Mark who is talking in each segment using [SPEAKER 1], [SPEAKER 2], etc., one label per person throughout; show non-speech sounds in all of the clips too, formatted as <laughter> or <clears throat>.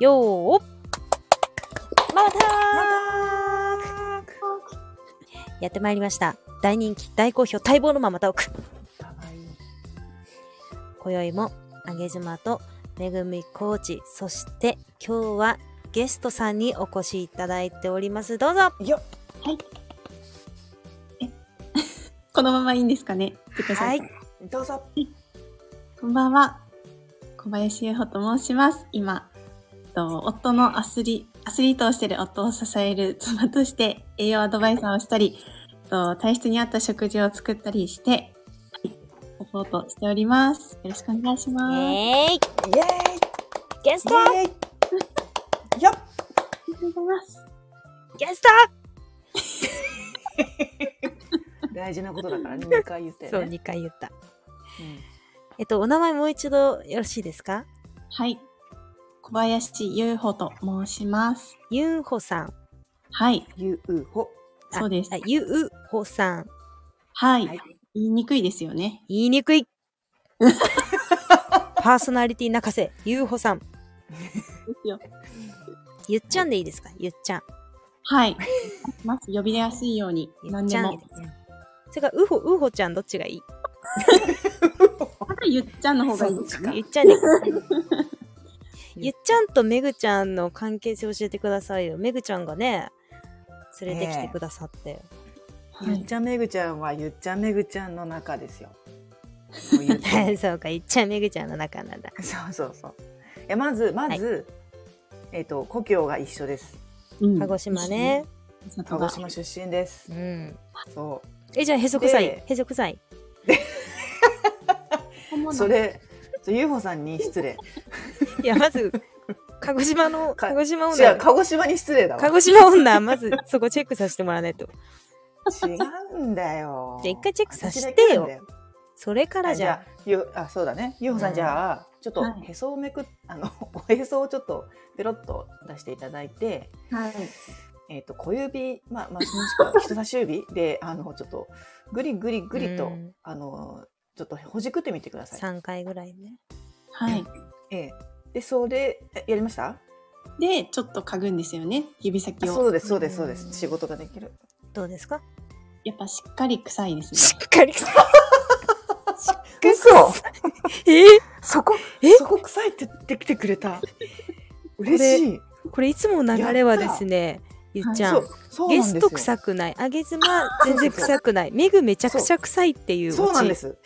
[SPEAKER 1] よーまたー
[SPEAKER 2] また
[SPEAKER 1] やってまいりました。大人気、大好評、待望のママトーク。今宵も、あげずまと、めぐみコーチ、そして、今日はゲストさんにお越しいただいております。どうぞ
[SPEAKER 2] よっ
[SPEAKER 3] このままいいんですかね。自己紹介
[SPEAKER 1] はい。
[SPEAKER 2] どうぞ
[SPEAKER 3] こんばんは。小林優穂と申します。今、えっと夫のアスリアスリートをしている夫を支える妻として栄養アドバイザーをしたり、えっと体質に合った食事を作ったりして、はいサポートしております。よろしくお願いし
[SPEAKER 1] え
[SPEAKER 3] ます。
[SPEAKER 1] ーい
[SPEAKER 2] イエーイ
[SPEAKER 1] ゲスト
[SPEAKER 2] イエーイよっ
[SPEAKER 3] ありがとうございます。
[SPEAKER 1] ゲスト
[SPEAKER 2] 大事なことだから
[SPEAKER 1] <laughs>
[SPEAKER 2] ね2回言ってね
[SPEAKER 1] そう、2回言った。えっと、お名前もう一度よろしいですか
[SPEAKER 3] はい。小林優穂と申します。
[SPEAKER 1] ゆうほさん。
[SPEAKER 3] はい。
[SPEAKER 2] うん、ゆうほ
[SPEAKER 1] あ
[SPEAKER 3] そうです
[SPEAKER 1] あゆうほさん。
[SPEAKER 3] はい。
[SPEAKER 2] はい
[SPEAKER 3] 言いにくいですよね。
[SPEAKER 1] 言いに
[SPEAKER 2] <laughs>
[SPEAKER 1] くいパーソナリティ泣かせゆうほさん
[SPEAKER 3] ですよ。
[SPEAKER 1] ゆっちゃんでいいですかゆっちゃん <laughs>
[SPEAKER 3] はい。まず呼びやすいように、
[SPEAKER 1] ゆっ
[SPEAKER 3] 何
[SPEAKER 1] ち
[SPEAKER 3] で
[SPEAKER 1] ゃん
[SPEAKER 3] も
[SPEAKER 1] で。それからうほうほちゃんどっちがいい
[SPEAKER 3] まだゆっちゃんの方がいいです
[SPEAKER 2] そうか
[SPEAKER 1] ゆっちゃんで
[SPEAKER 2] <laughs>
[SPEAKER 1] ゆっちゃんとめぐちゃんの関係性教えてくださいよめぐちゃんがね連れてきてくださって、
[SPEAKER 3] は
[SPEAKER 2] ゆっ
[SPEAKER 3] い
[SPEAKER 2] ちゃんめぐちゃんはゆっちゃんめぐちゃんの中で
[SPEAKER 1] <laughs>
[SPEAKER 2] すよもうゆっちゃん
[SPEAKER 1] そうかゆっちゃんめぐちゃんの仲なんだ
[SPEAKER 2] そうそうそういやまずまず、えっ、と故郷が一緒です
[SPEAKER 3] うん
[SPEAKER 1] 鹿児島ね。
[SPEAKER 3] 里
[SPEAKER 2] 鹿
[SPEAKER 3] が
[SPEAKER 2] 児島出身です
[SPEAKER 1] うん
[SPEAKER 2] そ
[SPEAKER 1] えじゃあへそくさい
[SPEAKER 2] で
[SPEAKER 1] へそくさいう
[SPEAKER 2] それそうゆうほさんに失礼
[SPEAKER 1] いやま
[SPEAKER 2] <laughs>
[SPEAKER 1] ず鹿児島の
[SPEAKER 2] か
[SPEAKER 1] 鹿児島
[SPEAKER 2] 違う
[SPEAKER 1] 女
[SPEAKER 2] 鹿児島に失礼だわ
[SPEAKER 1] 鹿児島女まずそこチェックさせてもらわないと
[SPEAKER 2] 違うんだよ
[SPEAKER 1] じゃあ一回チェックさせてよ
[SPEAKER 2] 私だけなんだ
[SPEAKER 1] それから
[SPEAKER 2] あ
[SPEAKER 1] じ
[SPEAKER 2] じゃ
[SPEAKER 1] ゃ
[SPEAKER 2] あゆあそうだねゆうほさん、
[SPEAKER 1] うん
[SPEAKER 2] じゃあちょっと
[SPEAKER 3] はい
[SPEAKER 2] へそをめくっあの <laughs> おへそをちょっとペロッと出していただいて
[SPEAKER 3] はい。
[SPEAKER 2] えっ、と小指まあまあもしくは人差し指であのちょっとぐりぐりぐり
[SPEAKER 1] う
[SPEAKER 2] と、
[SPEAKER 1] ん
[SPEAKER 2] あのちょっとほじくってみてくだ
[SPEAKER 1] あ
[SPEAKER 2] さい。
[SPEAKER 1] 3回ぐらいね。
[SPEAKER 3] はい。
[SPEAKER 2] ええでそれえやりました？
[SPEAKER 3] で、ちょっと嗅ぐんですよね。指先
[SPEAKER 2] あ
[SPEAKER 3] を。
[SPEAKER 2] そうですそうですそうで
[SPEAKER 1] うん
[SPEAKER 2] す仕事ができる。
[SPEAKER 1] どうですか
[SPEAKER 3] やっぱしっかり臭いですね。
[SPEAKER 1] しっかり。
[SPEAKER 2] 嘘
[SPEAKER 1] <laughs> え
[SPEAKER 2] そこ
[SPEAKER 1] え
[SPEAKER 2] そこ臭いって言ってきてくれた。嬉しい。
[SPEAKER 1] これいつも流れはですね、ゆっちゃ
[SPEAKER 2] そ
[SPEAKER 1] ん
[SPEAKER 2] う。そう
[SPEAKER 1] ゲ
[SPEAKER 2] なんです
[SPEAKER 1] ス
[SPEAKER 2] よ。
[SPEAKER 1] ト臭くない。あげ妻全然臭くない。メグめちゃくちゃ臭いっていうオチ。
[SPEAKER 2] そうなんです。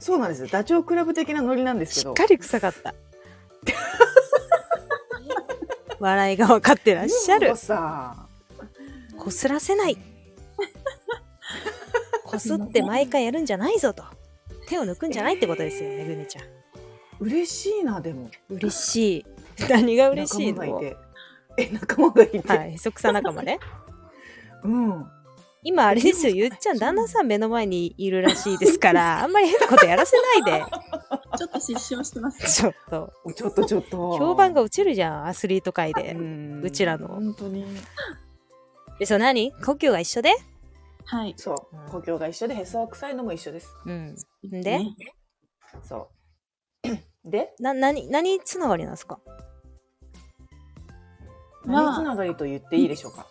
[SPEAKER 2] そうなんです。ダチョウ倶楽部的なノリなんですけ
[SPEAKER 1] しっ
[SPEAKER 2] ど。
[SPEAKER 1] かり臭かった。 <laughs> 笑いが分かってらっしゃ
[SPEAKER 2] ゆう
[SPEAKER 1] る
[SPEAKER 2] ほ。さ
[SPEAKER 1] こすらせ
[SPEAKER 2] <laughs>
[SPEAKER 1] ない。こすって毎回やるんじゃないぞと。手を抜くんじゃないってことですよ、めぐみちゃん。
[SPEAKER 2] ん嬉しいなでも。
[SPEAKER 1] 嬉し
[SPEAKER 2] <laughs>
[SPEAKER 1] い。何が嬉しい
[SPEAKER 2] 仲間
[SPEAKER 1] の
[SPEAKER 2] がいて。え仲間がいて。
[SPEAKER 1] はい、へそくさ仲間ね。
[SPEAKER 2] うん。
[SPEAKER 1] 今あれですよ、ゆっちゃん、旦那さん目の前にいるらしいですから、あんまり変なことやらせないで。 <laughs>
[SPEAKER 3] ちょっと失笑してます。
[SPEAKER 1] ちょっと、
[SPEAKER 2] おちょっとちょっと。
[SPEAKER 1] 評判が落ちるじゃん、アスリート界で。
[SPEAKER 2] ん
[SPEAKER 1] うちらの
[SPEAKER 2] 本当に。
[SPEAKER 1] え、そう何故郷が一緒で
[SPEAKER 3] はい。
[SPEAKER 2] そう。故郷が一緒でへそは臭いのも一緒です。
[SPEAKER 1] うん。で
[SPEAKER 3] ね
[SPEAKER 1] <clears throat>
[SPEAKER 2] そう。で
[SPEAKER 1] な、何、何つながりなんですか
[SPEAKER 3] まあ
[SPEAKER 2] 何つながりと言っていいでしょうか。
[SPEAKER 3] か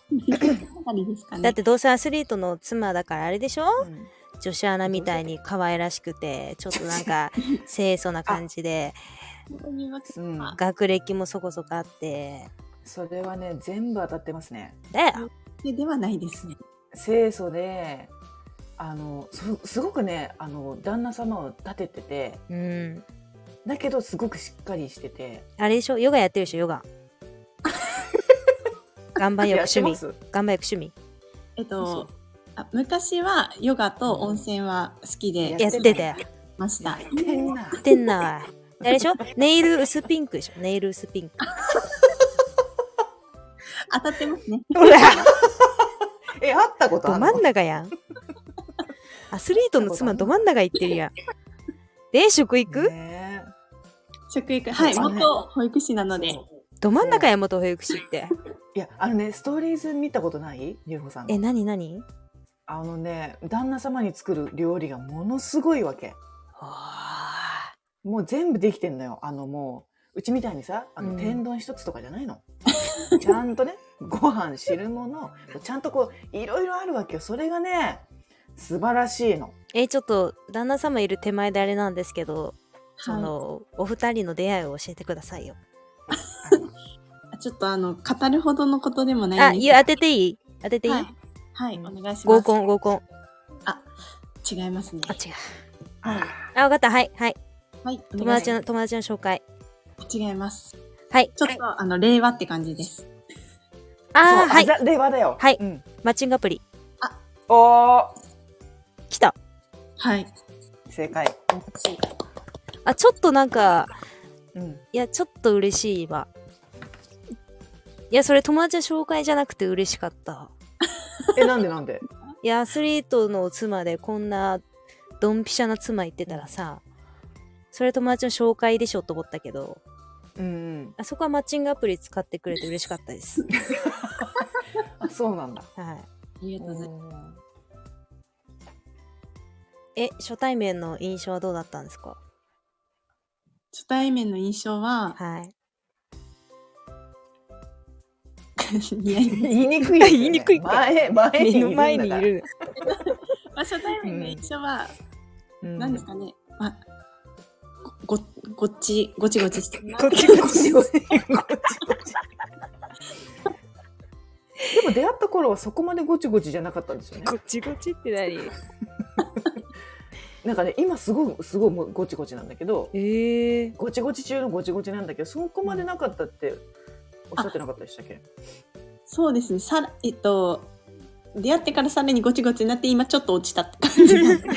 [SPEAKER 3] なりですかね。
[SPEAKER 1] だってどうせアスリートの妻だからあれでしょ
[SPEAKER 2] うん
[SPEAKER 1] 女子アナみたいに可愛らしくて、ちょっとなん <laughs> か、清楚な感じで、
[SPEAKER 3] そういうわ
[SPEAKER 2] う
[SPEAKER 3] け
[SPEAKER 2] ん
[SPEAKER 3] あ
[SPEAKER 1] 学歴もそこそこあって、
[SPEAKER 2] それはね全部当たってますね。
[SPEAKER 1] だよ。
[SPEAKER 3] ではないですね。
[SPEAKER 2] 清楚で。あのすすごくねあの旦那様を立ててて
[SPEAKER 1] うん。
[SPEAKER 2] だけどすごくしっかりしてて
[SPEAKER 1] あれでしょヨガやってるでしょヨ <laughs> ガ。岩盤浴
[SPEAKER 2] やっ
[SPEAKER 1] 趣
[SPEAKER 2] てま
[SPEAKER 1] 味。
[SPEAKER 2] す
[SPEAKER 1] 岩盤浴趣味。
[SPEAKER 3] えっと、あ昔はヨガと温泉は好きで
[SPEAKER 1] や
[SPEAKER 3] や
[SPEAKER 1] っ
[SPEAKER 3] って
[SPEAKER 1] たよ。
[SPEAKER 3] ました。
[SPEAKER 2] てんな
[SPEAKER 1] ってんな。あれでし <laughs> ょネイル薄ピンクでしょネイル薄ピンク。
[SPEAKER 3] 当たってますね。
[SPEAKER 1] <laughs> ほら
[SPEAKER 2] え会ったことあ
[SPEAKER 1] ど
[SPEAKER 2] る
[SPEAKER 1] 真ん中やん。アスリートの妻ど真ん中行ってるやん。で、食行く
[SPEAKER 2] ね
[SPEAKER 3] 食育。はい。
[SPEAKER 2] そう
[SPEAKER 3] 元保育士なので。
[SPEAKER 1] ど真ん中や元保育士って。
[SPEAKER 2] いやあのねストーリーズ見たことないゆうほさんの
[SPEAKER 1] え、なになに
[SPEAKER 2] あのね旦那様に作る料理がものすごいわけもう全部できてんのよあのもううちみたいにさあの、
[SPEAKER 1] うん
[SPEAKER 2] 天丼一つとかじゃないの <laughs> ちゃんとねご飯汁物ちゃんとこういろいろあるわけよそれがね素晴らしいの
[SPEAKER 1] えーちょっと旦那様いる手前であれなんですけど、そ
[SPEAKER 3] はい
[SPEAKER 1] のお二人の出会いを教えてくださいよ。
[SPEAKER 3] あちょっとあの、語るほどのことでもな
[SPEAKER 1] あ、
[SPEAKER 3] いん
[SPEAKER 1] い
[SPEAKER 3] です
[SPEAKER 1] や当てていい当てていい、
[SPEAKER 3] はい。はい、お願いします。
[SPEAKER 1] 合コン合コン。
[SPEAKER 3] 違いますね
[SPEAKER 1] あ。違う。
[SPEAKER 3] はい。
[SPEAKER 1] あ、わかった。はいはい。
[SPEAKER 3] はい、お
[SPEAKER 1] 友
[SPEAKER 3] 願い
[SPEAKER 1] 達の友達の紹介。
[SPEAKER 3] 違います。
[SPEAKER 1] はい。
[SPEAKER 3] ちょっと、あの、令和って感じです。
[SPEAKER 1] あーはい。
[SPEAKER 2] そう令和だよ
[SPEAKER 1] はい
[SPEAKER 2] うん、
[SPEAKER 1] マッチングアプリ
[SPEAKER 2] おー
[SPEAKER 1] 来た。
[SPEAKER 3] はい。
[SPEAKER 2] 正解、
[SPEAKER 1] あ、ちょっとなんか
[SPEAKER 2] うん、
[SPEAKER 1] いやちょっと嬉しい今。いやそれ友達の紹介じゃなくて嬉しかった。
[SPEAKER 2] えなんでなんで
[SPEAKER 1] いやアスリートの妻でこんなドンピシャな妻言ってたらさ、それ友達の紹介でしょと思ったけど。
[SPEAKER 2] <laughs> うん
[SPEAKER 1] あそこはマッチングアプリ使ってくれて嬉しかったです。
[SPEAKER 2] あそうなんだ
[SPEAKER 1] は
[SPEAKER 3] ありがとうございま
[SPEAKER 1] い。え、初対面の印象はどうだったんですか
[SPEAKER 3] す。初対面の印象は、
[SPEAKER 1] はい。
[SPEAKER 3] いやいや
[SPEAKER 2] 言いにくいですよね、
[SPEAKER 1] 言いにくいか
[SPEAKER 2] 前前にいるんだから
[SPEAKER 1] る。
[SPEAKER 3] <laughs> まあ、初対面の印象は、
[SPEAKER 2] うん
[SPEAKER 3] 何
[SPEAKER 2] <laughs>
[SPEAKER 3] ですかね。まあ、ご、ごごっち、ごちごちしてるな。
[SPEAKER 1] こっち
[SPEAKER 2] こっちこっちこっちこっちでも出会った頃はそこまでごちごちじゃなかったんですよね。
[SPEAKER 1] こっちこっちって何
[SPEAKER 2] なんかね今すごいすごいもうごちごちなんだけど、
[SPEAKER 1] ええ
[SPEAKER 2] ごちごち中のごちごちなんだけどそこまでなかったっておっしゃってなかったでしたっけ？
[SPEAKER 3] そうですね。さら、えっと、出会ってからさらにごちごちになって、今ちょっと落ちたって
[SPEAKER 1] <laughs>
[SPEAKER 3] 感じなんで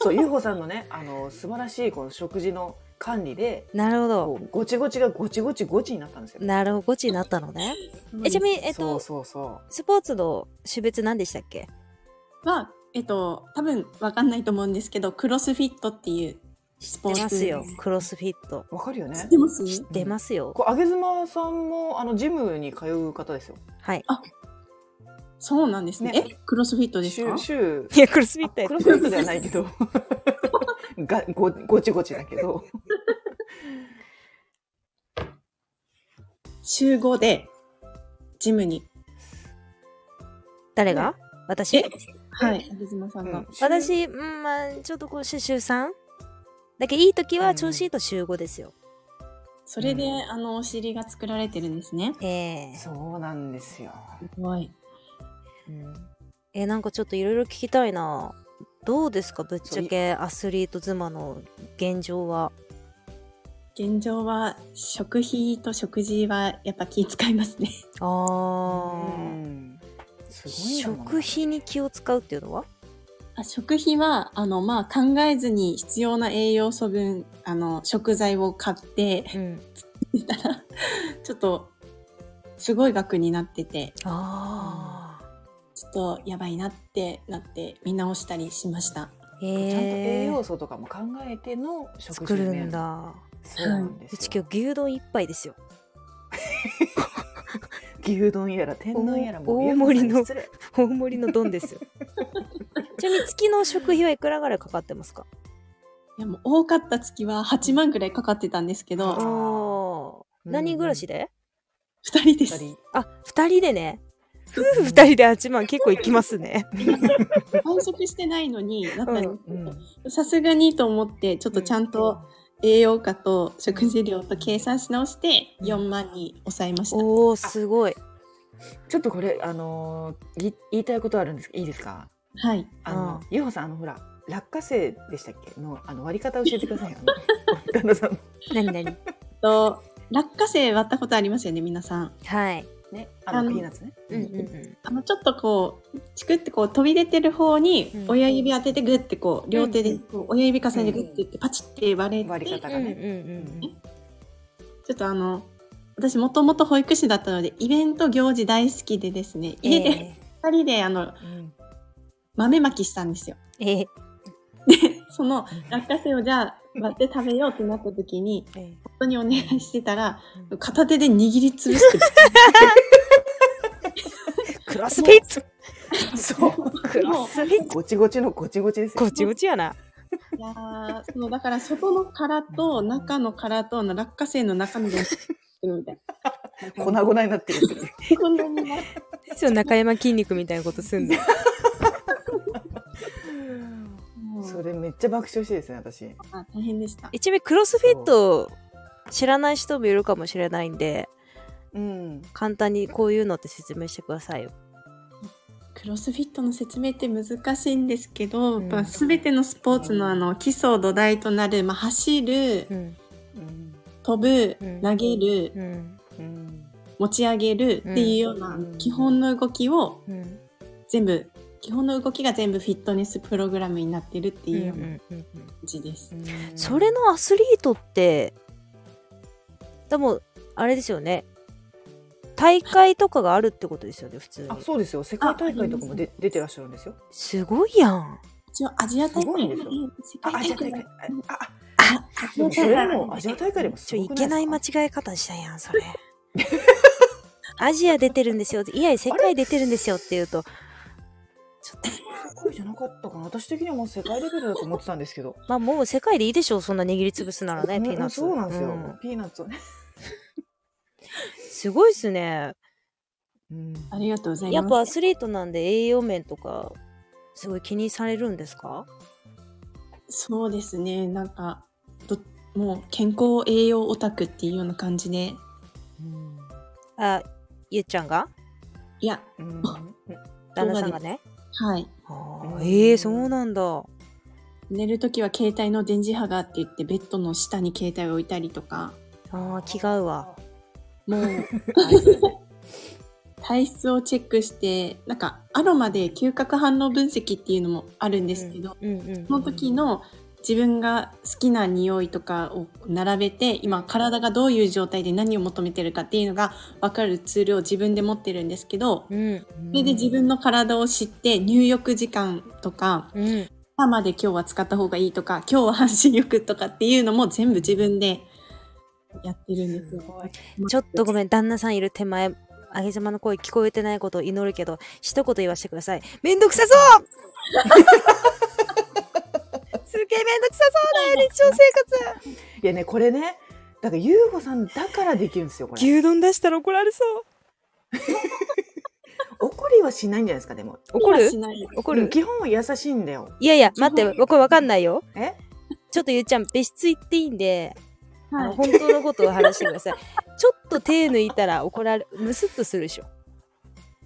[SPEAKER 2] そうユーホさんのねあの素晴らしいこの食事の管理で。
[SPEAKER 1] <laughs> なるほど。
[SPEAKER 2] こうごちごちがごちごちごちになったんですよ。
[SPEAKER 1] なるほど。ゴチになったのね。え、ちなみに、えっ
[SPEAKER 2] そう
[SPEAKER 1] と、
[SPEAKER 2] そうそ
[SPEAKER 1] スポーツの種別何でしたっけ
[SPEAKER 3] は、えっと、多分わかんないと思うんですけど、クロスフィットっていうスポー
[SPEAKER 1] 出
[SPEAKER 3] ツ。
[SPEAKER 1] ますよ。クロスフィット。
[SPEAKER 2] うわかるよね
[SPEAKER 3] 知っ。てます
[SPEAKER 1] 出ますよ。
[SPEAKER 2] こう上妻さんもあのジムに通う方ですよ。
[SPEAKER 1] はい。
[SPEAKER 3] そうなんですね。
[SPEAKER 2] ね
[SPEAKER 3] え、クロスフィットですか
[SPEAKER 2] 週週
[SPEAKER 1] <laughs> いや、クロスフィットや
[SPEAKER 2] ク
[SPEAKER 1] っ
[SPEAKER 2] ロスフィットではない
[SPEAKER 1] <laughs>
[SPEAKER 2] けどがごごちごちだけど
[SPEAKER 3] 週5で、ジムに。
[SPEAKER 1] 誰が私
[SPEAKER 3] えはい。あげずまさんが。
[SPEAKER 1] 私、うん、まあちょっとこう、週週 3? だけどいい時は調子いいと週5ですよ。
[SPEAKER 3] それで、
[SPEAKER 2] うん
[SPEAKER 3] あの、お尻が作られてるんですね。
[SPEAKER 1] ええ
[SPEAKER 2] そうなんですよ、
[SPEAKER 3] すごい。
[SPEAKER 1] えーなんかちょっといろいろ聞きたいなどうですかぶっちゃけアスリート妻の現状は
[SPEAKER 3] 現状は、食費と食事は、やっぱ気遣いますね。
[SPEAKER 1] あ
[SPEAKER 2] う
[SPEAKER 1] ー
[SPEAKER 2] んすごいんだもん
[SPEAKER 1] 食費に気を使うっていうのは
[SPEAKER 3] <laughs> あ食費は、あの、まあ、考えずに必要な栄養素分、あの、食材を買って、
[SPEAKER 1] うん
[SPEAKER 3] たら、ちょっと、すごい額になってて、
[SPEAKER 1] あ
[SPEAKER 3] ちょっとやばいなってなって、見直したりしました。
[SPEAKER 1] ーえ
[SPEAKER 2] ちゃんと栄
[SPEAKER 1] え
[SPEAKER 2] 養素とかも考えての食事
[SPEAKER 1] 作るん
[SPEAKER 2] 面
[SPEAKER 1] だ
[SPEAKER 2] そうなんで
[SPEAKER 1] うち
[SPEAKER 2] す
[SPEAKER 1] 今
[SPEAKER 2] よ
[SPEAKER 1] 日牛丼一杯ですよ <laughs>
[SPEAKER 2] 牛丼やら天丼やらもう
[SPEAKER 1] 大盛りの
[SPEAKER 2] 宮本さんに失礼
[SPEAKER 1] 大盛りの丼 <laughs> ですよちなみに月の食費はいくらぐらいかかってますか
[SPEAKER 3] いや、もう多かった月は8万くらいかかってたんですけ
[SPEAKER 2] あー
[SPEAKER 3] ど、
[SPEAKER 1] おー
[SPEAKER 2] うん
[SPEAKER 1] 何人暮らしで
[SPEAKER 3] 2人で
[SPEAKER 2] 二
[SPEAKER 3] す。
[SPEAKER 2] 人
[SPEAKER 1] あ二人で <laughs> ね夫婦二人で8万結構いきますね
[SPEAKER 3] 完食してないのに、だったり
[SPEAKER 2] うん
[SPEAKER 3] さすがにと思って、ちょっとちゃんと栄養価と食事量と計算し直して、
[SPEAKER 2] うん
[SPEAKER 3] 4万に抑えました。
[SPEAKER 1] <laughs> おおすごい
[SPEAKER 2] ちょっとこれあのーぎ言いたいことあるんですけどいいですか
[SPEAKER 3] はい。
[SPEAKER 2] あの
[SPEAKER 1] う
[SPEAKER 2] ゆうほさんあのほら落花生でしたっけのあの割り方教えてく
[SPEAKER 1] <laughs>
[SPEAKER 2] ださいよあの旦那さんの
[SPEAKER 1] 何何
[SPEAKER 3] と、落花生割ったことありますよね、皆さん。
[SPEAKER 1] はい
[SPEAKER 2] ねあ
[SPEAKER 3] あ
[SPEAKER 2] の
[SPEAKER 3] の
[SPEAKER 2] ピーナッツね
[SPEAKER 1] うんうんうん
[SPEAKER 3] あの、ちょっとこう、チクってこう飛び出てる方
[SPEAKER 1] う
[SPEAKER 3] に
[SPEAKER 1] ん
[SPEAKER 3] 親指当ててグッてこう、両手でこう親指重ねてグッてってパチって割れて、
[SPEAKER 2] 割り方がね、
[SPEAKER 1] うんうん
[SPEAKER 3] ちょっとあの、私もともと保育士だったので、イベント行事大好きでですね、家で
[SPEAKER 1] え
[SPEAKER 3] 2人であの、
[SPEAKER 2] うん
[SPEAKER 3] 豆まきしたんですよ。
[SPEAKER 1] ええ
[SPEAKER 3] その落花生をじゃあ割って食べようってなった時に、
[SPEAKER 1] え
[SPEAKER 3] 本当にお願いしてたら
[SPEAKER 1] う、
[SPEAKER 3] 片手で握りつぶして、
[SPEAKER 1] クロスフィット
[SPEAKER 2] そう
[SPEAKER 1] <laughs> クロスフィット
[SPEAKER 2] ごちごちのごちごちですよ
[SPEAKER 1] ごちごちやな
[SPEAKER 3] いやーそうだから外の殻と中の殻との落花生の中身がみ <laughs> たいな。
[SPEAKER 2] 粉々になってるっていう。
[SPEAKER 3] こんなにな
[SPEAKER 1] そう中山筋肉みたいなことすんの
[SPEAKER 3] もう
[SPEAKER 2] それめっちゃ爆笑してですね、私。
[SPEAKER 3] あ大変でした。
[SPEAKER 1] <laughs> 一応クロスフィット知らない人もいるかもしれないんで
[SPEAKER 2] うん。
[SPEAKER 1] 簡単にこういうのって説明してくださいよ
[SPEAKER 3] クロスフィットの説明って難しいんですけど、
[SPEAKER 1] うん
[SPEAKER 3] まあ、全てのスポーツのあの基礎土台となる、まあ、走る、
[SPEAKER 1] うん
[SPEAKER 2] うん。
[SPEAKER 3] 飛ぶ、
[SPEAKER 1] うん
[SPEAKER 3] 投げる、
[SPEAKER 1] うん
[SPEAKER 2] うん。
[SPEAKER 3] 持ち上げるっていうような
[SPEAKER 2] うん
[SPEAKER 3] 基本の動きを
[SPEAKER 1] うん
[SPEAKER 3] 全部基本の動きが全部フィットネスプログラムになってるって
[SPEAKER 1] うんう
[SPEAKER 3] い
[SPEAKER 1] ん
[SPEAKER 3] うような感
[SPEAKER 1] うん
[SPEAKER 3] じです。
[SPEAKER 1] それのアスリートってでもあれですよね大会とかがあるってことですよね普通に
[SPEAKER 2] あ、そうですよ。世界大会とかもで出てらっしゃるんですよ。
[SPEAKER 1] すごいやん
[SPEAKER 3] 一応アジア大
[SPEAKER 2] すごい
[SPEAKER 3] 会
[SPEAKER 2] んですよ
[SPEAKER 3] 世
[SPEAKER 2] あ、ア
[SPEAKER 3] 界
[SPEAKER 2] ジア
[SPEAKER 3] 大
[SPEAKER 2] 大
[SPEAKER 3] 会
[SPEAKER 2] 会。あ、あ、
[SPEAKER 3] あアジ
[SPEAKER 2] でもそ
[SPEAKER 3] ア大会
[SPEAKER 2] れもアジア大会でもす
[SPEAKER 1] ちょ
[SPEAKER 2] ご
[SPEAKER 1] い
[SPEAKER 2] く
[SPEAKER 1] けない間
[SPEAKER 2] 街。
[SPEAKER 1] 違え方したやんそれアジア出てるんですよいやいや世界出てるんですよって言うと
[SPEAKER 2] 世界じゃなかったかな。私的にはもう世界レベルだと思ってたんですけど。
[SPEAKER 1] まあもう世界でいいでしょうそんな握りつぶすならね
[SPEAKER 2] うん
[SPEAKER 1] ピーナッツ
[SPEAKER 2] そうなんですよ。
[SPEAKER 1] ん
[SPEAKER 2] ピーナッツをね。
[SPEAKER 1] すごいっすね
[SPEAKER 2] うん
[SPEAKER 3] ありがとうございます。
[SPEAKER 1] やっぱアスリートなんで栄養面とかすごい気にされるんですか
[SPEAKER 3] そうですねなんかどもう健康栄養オタクっていうような感じで
[SPEAKER 2] うん
[SPEAKER 1] あゆっちゃんが
[SPEAKER 3] いや
[SPEAKER 1] <laughs>
[SPEAKER 2] うん
[SPEAKER 1] 旦那さんがね
[SPEAKER 3] はい
[SPEAKER 1] あ
[SPEAKER 2] う
[SPEAKER 1] ー
[SPEAKER 2] ん
[SPEAKER 1] えー、そうなんだ
[SPEAKER 3] 寝る時は携帯の電磁波がって言ってベッドの下に携帯を置いたりとか
[SPEAKER 1] あー気が合うわ。 <laughs>
[SPEAKER 3] もう
[SPEAKER 2] あそうですね
[SPEAKER 3] 体質をチェックしてなんかアロマで嗅覚反応分析っていうのもあるんですけど、
[SPEAKER 1] うんうん
[SPEAKER 3] その時の自分が好きな匂いとかを並べて今体がどういう状態で何を求めてるかっていうのが分かるツールを自分で持ってるんですけど、
[SPEAKER 1] うん
[SPEAKER 2] うん
[SPEAKER 3] それで自分の体を知って入浴時間とか
[SPEAKER 1] うん
[SPEAKER 3] 朝まで今日は使った方がいいとか今日は半身浴とかっていうのも全部自分でやってるんです
[SPEAKER 2] す
[SPEAKER 3] よ。
[SPEAKER 2] ごい
[SPEAKER 1] ちょっとごめん旦那さんいる手前あげざまの声聞こえてないことを祈るけど一言言わせてくださいめんどくさそうすげえめんどくさそうだよ日常生活
[SPEAKER 2] いやね、これね、だから、ゆうごさんだからできるんですよ、これ。
[SPEAKER 1] 牛丼出したら怒られそう
[SPEAKER 2] 怒りはしないんじゃないですか、でも。
[SPEAKER 1] 怒
[SPEAKER 3] 今
[SPEAKER 1] る
[SPEAKER 3] しない
[SPEAKER 1] 怒
[SPEAKER 2] う
[SPEAKER 1] る
[SPEAKER 2] ん基本は優しいんだよ。
[SPEAKER 1] いやいや待ってこれわかんないよ
[SPEAKER 2] え
[SPEAKER 1] ちょっとゆっちゃん別室行っていいんで、あ
[SPEAKER 3] は
[SPEAKER 1] の
[SPEAKER 3] い、
[SPEAKER 1] 本当のことを話してくださいちょっと手抜いたら怒られむすっとするでしょ、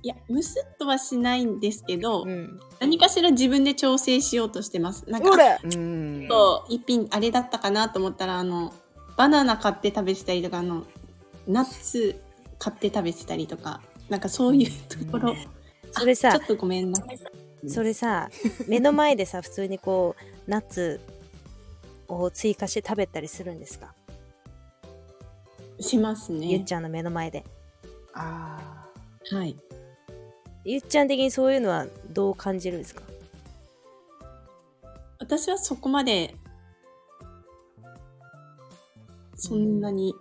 [SPEAKER 3] いやむすっとはしないんですけど、
[SPEAKER 1] うん、
[SPEAKER 3] 何かしら自分で調整しようとしてます。なんか
[SPEAKER 1] ほ
[SPEAKER 3] ち
[SPEAKER 1] ら
[SPEAKER 2] うん
[SPEAKER 3] ょっ。と一品あれだったかなと思ったらあのバナナ買って食べてたりとかあのナッツ買って食べてたりとかなんかそういうところ、
[SPEAKER 1] それさ
[SPEAKER 3] ちょっとごめんなさい。
[SPEAKER 1] それさ目の前でさ普通にこうナッツを追加して食べたりするんですか、
[SPEAKER 3] します
[SPEAKER 1] ゆっ
[SPEAKER 3] ね。
[SPEAKER 1] ちゃんの目の前で
[SPEAKER 2] あ
[SPEAKER 3] はい。
[SPEAKER 1] ゆっちゃん的にそういうのはどう感じるんですか
[SPEAKER 3] 私はそこまでそんなに、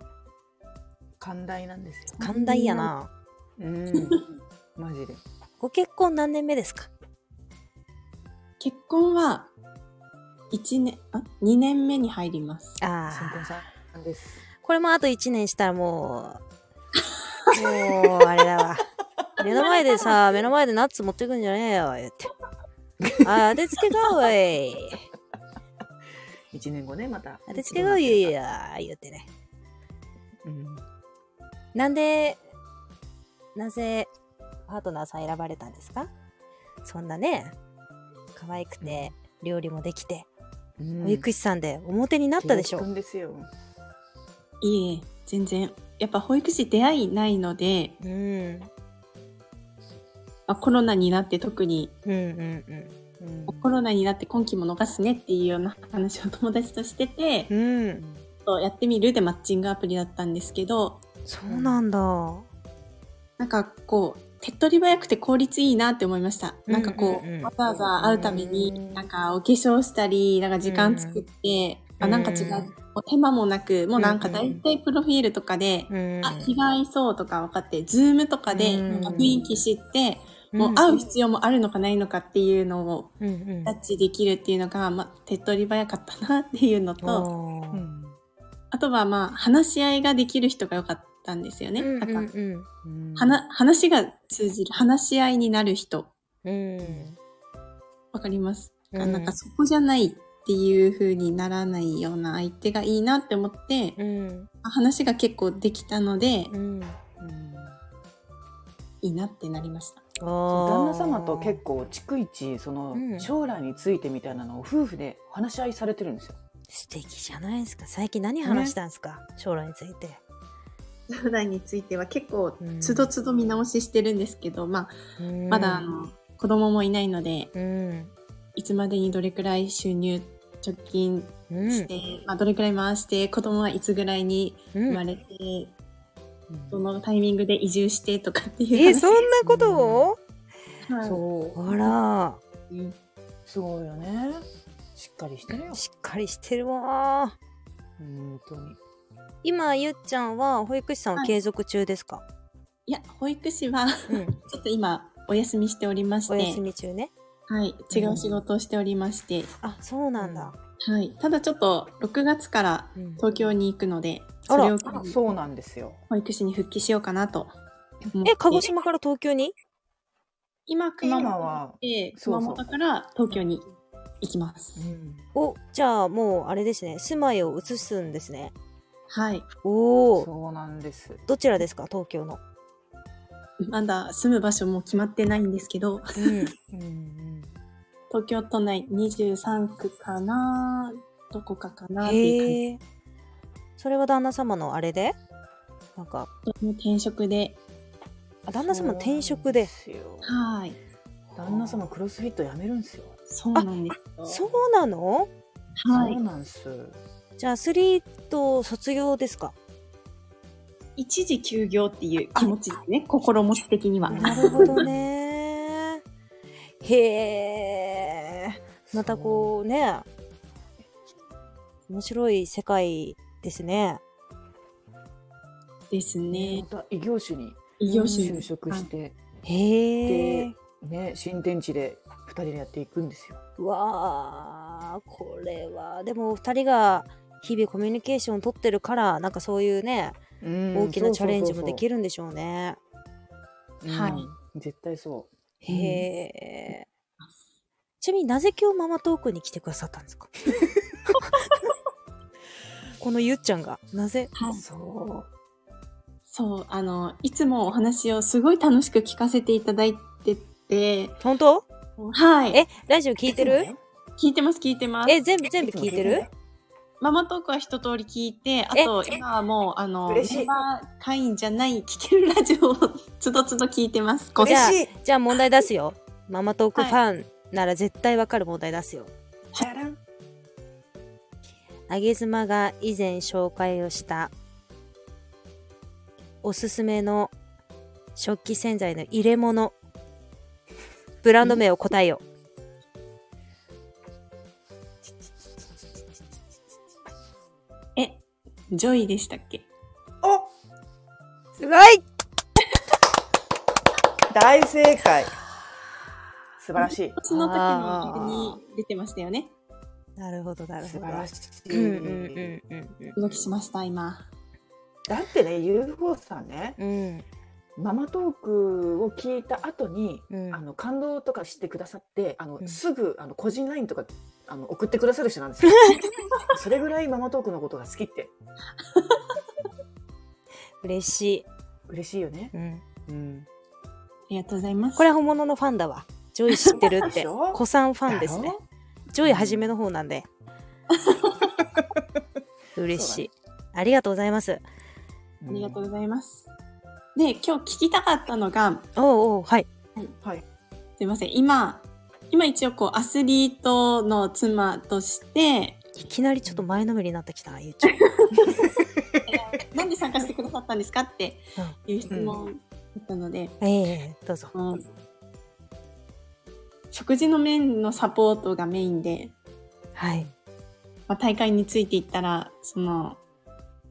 [SPEAKER 2] あ、寛大なんですよ。
[SPEAKER 1] 寛大やな
[SPEAKER 2] うん。マジで。
[SPEAKER 1] ご結婚何年目ですか
[SPEAKER 3] 結婚は1年あ2年目に入ります
[SPEAKER 2] 新婚
[SPEAKER 1] ああ
[SPEAKER 2] さんです。
[SPEAKER 1] これもあと1年したらも
[SPEAKER 3] <laughs>
[SPEAKER 1] うもうあれだわ目の前でさ目の前でナッツ持ってくんじゃねえよ言ってあー当てつけがおい
[SPEAKER 2] 一年後ね、また。
[SPEAKER 1] 当てつけがおいいや言ってね
[SPEAKER 2] うん。
[SPEAKER 1] なんで、なぜパートナーさん選ばれたんですかそんなね、可愛くて、料理もできて、
[SPEAKER 2] うん
[SPEAKER 1] 保育士さんで表になったでしょ
[SPEAKER 2] 気が利くんですよ。
[SPEAKER 3] いいえ全然やっぱ保育士出会いないので、
[SPEAKER 1] うん。うん
[SPEAKER 3] まあ、コロナになって特に
[SPEAKER 1] うんうん。
[SPEAKER 2] うん
[SPEAKER 3] コロナになって今期も逃すねっていうような話を友達としてて、ち
[SPEAKER 1] うん。
[SPEAKER 3] ょっとやってみるでマッチングアプリだったんですけど
[SPEAKER 1] そうなんだ。
[SPEAKER 3] なんかこう手っ取り早くて効率いいなって思いました。
[SPEAKER 1] うん
[SPEAKER 3] なんかこう,、
[SPEAKER 1] うんうん
[SPEAKER 3] わざわざ会うため
[SPEAKER 2] うん
[SPEAKER 3] になんかお化粧したりなんか時間作って、あなんか違う、お手間もなくもうなんか大体プロフィールとかで、
[SPEAKER 1] うん。
[SPEAKER 3] あ気が合いそうとか分かってズームとかで
[SPEAKER 1] うん
[SPEAKER 3] なんか雰囲気知って、もう会う必要もあるのかないのかっていうのを
[SPEAKER 1] うんうん
[SPEAKER 3] タッチできるっていうのが、まあ、手っ取り早かったなっていうのと
[SPEAKER 1] おー
[SPEAKER 2] ん
[SPEAKER 3] あとはまあ話し合いができる人が良かったんですよね。
[SPEAKER 1] うん
[SPEAKER 3] だ
[SPEAKER 1] う
[SPEAKER 3] から
[SPEAKER 1] んうん
[SPEAKER 2] うん
[SPEAKER 3] 話話が通じる話し合いになる人
[SPEAKER 1] うん
[SPEAKER 3] わかりますか、
[SPEAKER 1] うん
[SPEAKER 3] なんかそこじゃないっていう風にならないような相手がいいなって思って、
[SPEAKER 1] うん
[SPEAKER 3] 話が結構できたので、
[SPEAKER 1] うん
[SPEAKER 2] うん
[SPEAKER 3] いいなってなりました。
[SPEAKER 2] 旦
[SPEAKER 1] 旦
[SPEAKER 2] 那様と結構逐一その
[SPEAKER 1] うん
[SPEAKER 2] 将来についてみたいなのを夫婦で話し合いされてるんですよ。
[SPEAKER 1] 素敵じゃないですか最近何話したんですか、将来について
[SPEAKER 3] 将来については結構
[SPEAKER 1] うん
[SPEAKER 3] つどつど見直ししてるんですけど、まあ、まだあの、子供もいないので
[SPEAKER 1] うん
[SPEAKER 3] いつまでにどれくらい収入貯金
[SPEAKER 1] うん
[SPEAKER 3] して、まあ、どれくらい回して子供はいつぐらいに
[SPEAKER 1] う
[SPEAKER 3] 生
[SPEAKER 1] ん
[SPEAKER 3] まれて、どのタイミングで移住してとかっていう
[SPEAKER 1] え
[SPEAKER 3] 話
[SPEAKER 1] そんなことを
[SPEAKER 3] はい
[SPEAKER 2] そう
[SPEAKER 1] あら
[SPEAKER 3] うん
[SPEAKER 2] すごいよね。しっかりしてるよ。
[SPEAKER 1] しっかりしてるわ
[SPEAKER 2] 本当に。
[SPEAKER 1] 今ゆっちゃんは保育士さんを継続中ですか、
[SPEAKER 3] いや保育士は
[SPEAKER 1] うん、
[SPEAKER 3] ちょっと今お休みしておりまし
[SPEAKER 1] お休
[SPEAKER 3] て、
[SPEAKER 1] み中ね
[SPEAKER 3] はい、違う仕事をしておりまして、
[SPEAKER 1] あそうなんだ、
[SPEAKER 3] はい、ただちょっと6月から
[SPEAKER 1] うん
[SPEAKER 3] 東京に行くので、
[SPEAKER 1] あ
[SPEAKER 3] そ
[SPEAKER 1] ら
[SPEAKER 3] れを機
[SPEAKER 2] あ
[SPEAKER 3] に
[SPEAKER 2] そうなんですよ。
[SPEAKER 3] 保育士に復帰しようかなと思って
[SPEAKER 1] え鹿児島から東京に
[SPEAKER 3] 今熊
[SPEAKER 2] 今
[SPEAKER 3] 本
[SPEAKER 2] は、
[SPEAKER 3] で
[SPEAKER 2] そうそう
[SPEAKER 3] 熊本から東京に行きます
[SPEAKER 1] おじゃあもうあれですね住まいを移すんですね
[SPEAKER 3] はい
[SPEAKER 1] おお
[SPEAKER 2] そうなんです。
[SPEAKER 1] どちらですか東京の、
[SPEAKER 3] まだ住む場所も決まってないんですけど
[SPEAKER 1] <laughs> うん、
[SPEAKER 2] うん
[SPEAKER 3] 東京都内23区かなどこかかなっていう
[SPEAKER 1] へえそれは旦那様のあれでなんか
[SPEAKER 3] 感じの転職で
[SPEAKER 1] あ旦那様の転職で
[SPEAKER 2] そうなんですよ
[SPEAKER 3] はい
[SPEAKER 2] 旦那様クロスフィットやめるんですよ。
[SPEAKER 3] そうなんです
[SPEAKER 1] そ
[SPEAKER 3] よ
[SPEAKER 1] うなの
[SPEAKER 3] は
[SPEAKER 2] そう
[SPEAKER 3] い
[SPEAKER 2] なんです。
[SPEAKER 1] じゃあアスリート卒業ですか
[SPEAKER 3] 一時休業っていう気持ちですね心持ち的には
[SPEAKER 1] なるほどねへえまたこうね面白い世界ですね
[SPEAKER 3] です
[SPEAKER 2] うね
[SPEAKER 3] ね
[SPEAKER 2] また異業種に
[SPEAKER 3] 異業種
[SPEAKER 2] 就職して、
[SPEAKER 1] へえ
[SPEAKER 2] ね、新天地で2人でやっていくんですよ。
[SPEAKER 1] わあこれはでもお二人が日々コミュニケーションを取ってるからなんかそういうね大きなチャレンジもでき
[SPEAKER 2] る。
[SPEAKER 1] るんでしょうね。
[SPEAKER 2] うん
[SPEAKER 3] はい
[SPEAKER 2] 絶対そ
[SPEAKER 3] そうそうそう
[SPEAKER 1] へえ。ちなみになぜ今日ママトークに来てくださったんですかこのゆっちゃんがなぜ
[SPEAKER 2] う。
[SPEAKER 3] はい
[SPEAKER 2] そ
[SPEAKER 3] そう、あの、いつもお話をすごい楽しく聞かせていただいてて、
[SPEAKER 1] 本当
[SPEAKER 3] はい。
[SPEAKER 1] えラジオ聞
[SPEAKER 2] う。
[SPEAKER 1] いてる
[SPEAKER 3] 聞いてます、聞いてます。
[SPEAKER 1] え全部全部聞いてる
[SPEAKER 3] ママトークは一通り聞いて、あ
[SPEAKER 1] え
[SPEAKER 3] と、今はもう、あの、
[SPEAKER 2] 嬉しい
[SPEAKER 3] メンバー会員じゃない、聞けるラジオをつどつど聞いてます。こっそり
[SPEAKER 1] じゃあ
[SPEAKER 2] 嬉しい
[SPEAKER 1] じゃあ問題出すよママトークファンなら絶対わかる問題出すよ
[SPEAKER 2] チャラン。
[SPEAKER 1] あげずまが以前紹介をしたおすすめの食器洗剤の入れ物ブランド名を答えよ
[SPEAKER 3] え、ジョイでしたっけ
[SPEAKER 2] お
[SPEAKER 1] すごい
[SPEAKER 2] 大正解。素晴らしい。
[SPEAKER 3] その時のメールに出てましたよね。
[SPEAKER 1] なるほどなる
[SPEAKER 2] 素
[SPEAKER 1] ほ
[SPEAKER 2] 晴
[SPEAKER 1] ど
[SPEAKER 2] らしい。
[SPEAKER 1] うんうんうんうん
[SPEAKER 3] 動きしました、今。
[SPEAKER 2] だってね、UFO さんね、
[SPEAKER 1] うん
[SPEAKER 2] ママトークを聞いた後に、
[SPEAKER 1] うん
[SPEAKER 2] あの感動とかしてくださって、あの、
[SPEAKER 1] うん
[SPEAKER 2] すぐあの個人ラインとかあの送ってくださる人な
[SPEAKER 1] <laughs>
[SPEAKER 2] んですよ。それぐらいママトークのことが好きって
[SPEAKER 1] 嬉しい、
[SPEAKER 2] 嬉しいよね。
[SPEAKER 1] うん、
[SPEAKER 2] うん。
[SPEAKER 3] ありがとうございます。
[SPEAKER 1] これは本物のファンだわジョイ知ってるっ
[SPEAKER 2] で
[SPEAKER 1] て
[SPEAKER 2] しょ
[SPEAKER 1] 子さんファンです
[SPEAKER 2] だ
[SPEAKER 1] ね
[SPEAKER 2] ろ
[SPEAKER 1] ジョイ初めの方なんで嬉しいありがとうございます
[SPEAKER 2] う
[SPEAKER 3] ありがと
[SPEAKER 2] う
[SPEAKER 3] う。ございます。で、今日聞きたかったのが、
[SPEAKER 1] おうおうはい
[SPEAKER 2] はい。
[SPEAKER 3] すいません今今一応こうアスリートの妻として
[SPEAKER 1] いきなりちょっと前のめりになってきたゆうちゃん
[SPEAKER 3] なんで参加してくださったんですかっていう質問だったので、
[SPEAKER 1] ええどうぞ。
[SPEAKER 3] あの食事の面のサポートがメインで、
[SPEAKER 1] はい。
[SPEAKER 3] まあ、大会についていったらその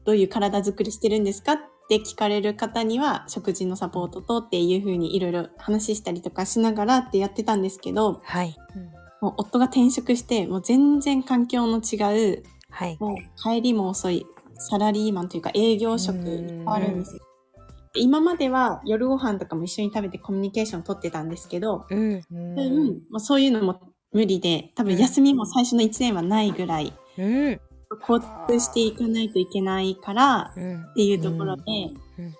[SPEAKER 3] どういう体作りしてるんですかっって聞かれる方には食事のサポートとっていう風にいろいろ話したりとかしながらってやってたんですけど、
[SPEAKER 1] はい。
[SPEAKER 3] もう夫が転職してもう全然環境の違う、
[SPEAKER 1] はい。
[SPEAKER 3] もう帰りも遅いサラリーマンというか営業職に変わるんですよ。で今までは夜ご飯とかも一緒に食べてコミュニケーションを取ってたんですけど、
[SPEAKER 1] うん。
[SPEAKER 2] うん
[SPEAKER 3] うんもうそういうのも無理で多分休みも最初の1年はないぐらい
[SPEAKER 1] うん。
[SPEAKER 3] 交通していかないといけないから
[SPEAKER 1] うん。
[SPEAKER 3] っていうところで、
[SPEAKER 1] うんうん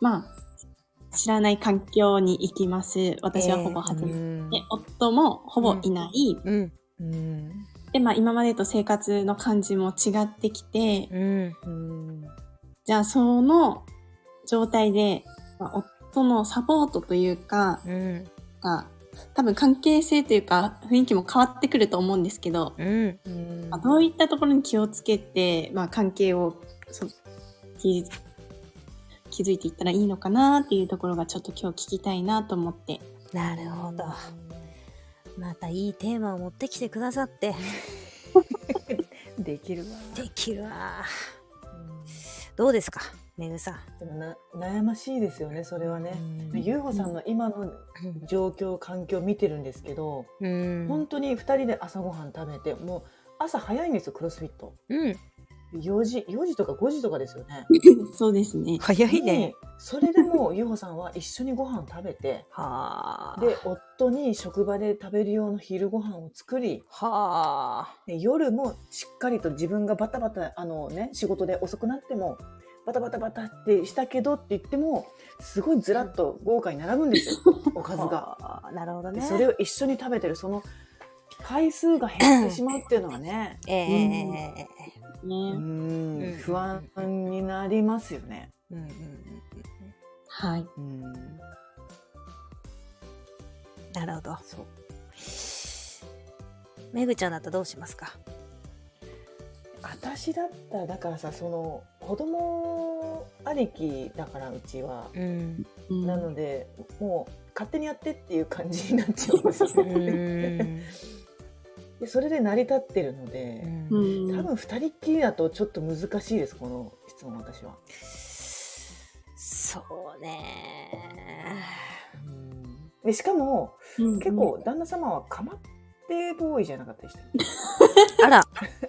[SPEAKER 3] まあ知らない環境に行きます私はほぼ初めて、で夫もほぼいない、
[SPEAKER 1] うん。
[SPEAKER 2] うん
[SPEAKER 3] でまあ今までと生活の感じも違ってきて、
[SPEAKER 1] うん。
[SPEAKER 2] うん
[SPEAKER 3] じゃあその状態で、まあ夫のサポートというか
[SPEAKER 1] うん。
[SPEAKER 3] が多分関係性というか雰囲気も変わってくると思うんですけど、
[SPEAKER 1] うん。
[SPEAKER 2] うん
[SPEAKER 3] まあどういったところに気をつけて、まあ、関係をそう気気づいていったらいいのかなっていうところがちょっと今日聞きたいなと思って
[SPEAKER 1] なるほど。またいいテーマを持ってきてくださって。
[SPEAKER 2] できるわ。
[SPEAKER 1] できるわ。どうですかめぐさん。
[SPEAKER 2] でもな悩ましいですよねそれはね。
[SPEAKER 1] ね
[SPEAKER 2] ゆうほさんの今の状況環境見てるんですけど、
[SPEAKER 1] うん。
[SPEAKER 2] 本当に二人で朝ごはん食べてもう朝早いんですよクロスフィット。
[SPEAKER 1] うん。
[SPEAKER 2] 4時4時とか5時とかですよね。
[SPEAKER 3] そうですね
[SPEAKER 1] 早い
[SPEAKER 2] に
[SPEAKER 1] ね。
[SPEAKER 2] それでも <laughs> ゆうほさんは一緒にご飯食べて
[SPEAKER 1] はあ。
[SPEAKER 2] で夫に職場で食べる用の昼ご飯を作り
[SPEAKER 1] はあ。
[SPEAKER 2] で夜もしっかりと自分がバタバタあの、ね、仕事で遅くなってもバタバタバタってしたけどって言ってもすごいずらっと豪華に並ぶんですよおかずが。
[SPEAKER 1] はあなるほど
[SPEAKER 2] で
[SPEAKER 1] ね。
[SPEAKER 2] それを一緒に食べてるその回数が減ってしまうっていうのはね
[SPEAKER 1] ええ
[SPEAKER 2] うん
[SPEAKER 3] ね、
[SPEAKER 1] うん
[SPEAKER 2] 不安になりますよね。
[SPEAKER 1] うんうんうん
[SPEAKER 3] はい
[SPEAKER 2] うん
[SPEAKER 1] なるほど。
[SPEAKER 2] そう
[SPEAKER 1] めぐちゃんだったらどうしますか
[SPEAKER 2] 私だったらだからさその子供ありきだからうちは、
[SPEAKER 1] うん。
[SPEAKER 3] うん
[SPEAKER 2] なのでもう勝手にやってっていう感じになっちゃうんですよ
[SPEAKER 1] う
[SPEAKER 2] ね
[SPEAKER 1] ん。
[SPEAKER 2] でそれで成り立ってるので、
[SPEAKER 3] う
[SPEAKER 1] うん
[SPEAKER 3] ん
[SPEAKER 2] 多分二人っきりだとちょっと難しいですこの質問私は、
[SPEAKER 1] そうね。
[SPEAKER 2] でしかも
[SPEAKER 3] うん
[SPEAKER 2] 結構旦那様はかまってボーイじゃなかったでしたっけ
[SPEAKER 1] あら、